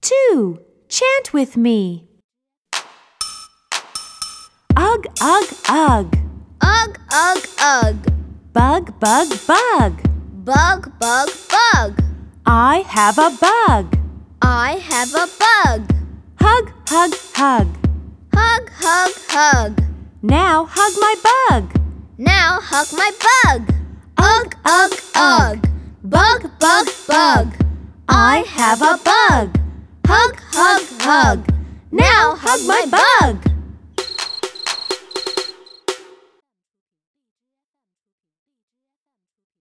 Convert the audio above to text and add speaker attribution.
Speaker 1: Two, chant with me. Ugh, ugh, ugh.
Speaker 2: Ugh, ugh, ugh.
Speaker 1: Bug, bug, bug.
Speaker 2: Bug, bug, bug.
Speaker 1: I have a bug.
Speaker 2: I have a bug.
Speaker 1: Hug, hug, hug.
Speaker 2: Hug, hug, hug.
Speaker 1: Now hug my bug.
Speaker 2: Now hug my bug. Ugh, ugh, ugh. Bug, bug, bug.
Speaker 1: I have a bug.
Speaker 2: Hug, hug, hug. Now hug my bug.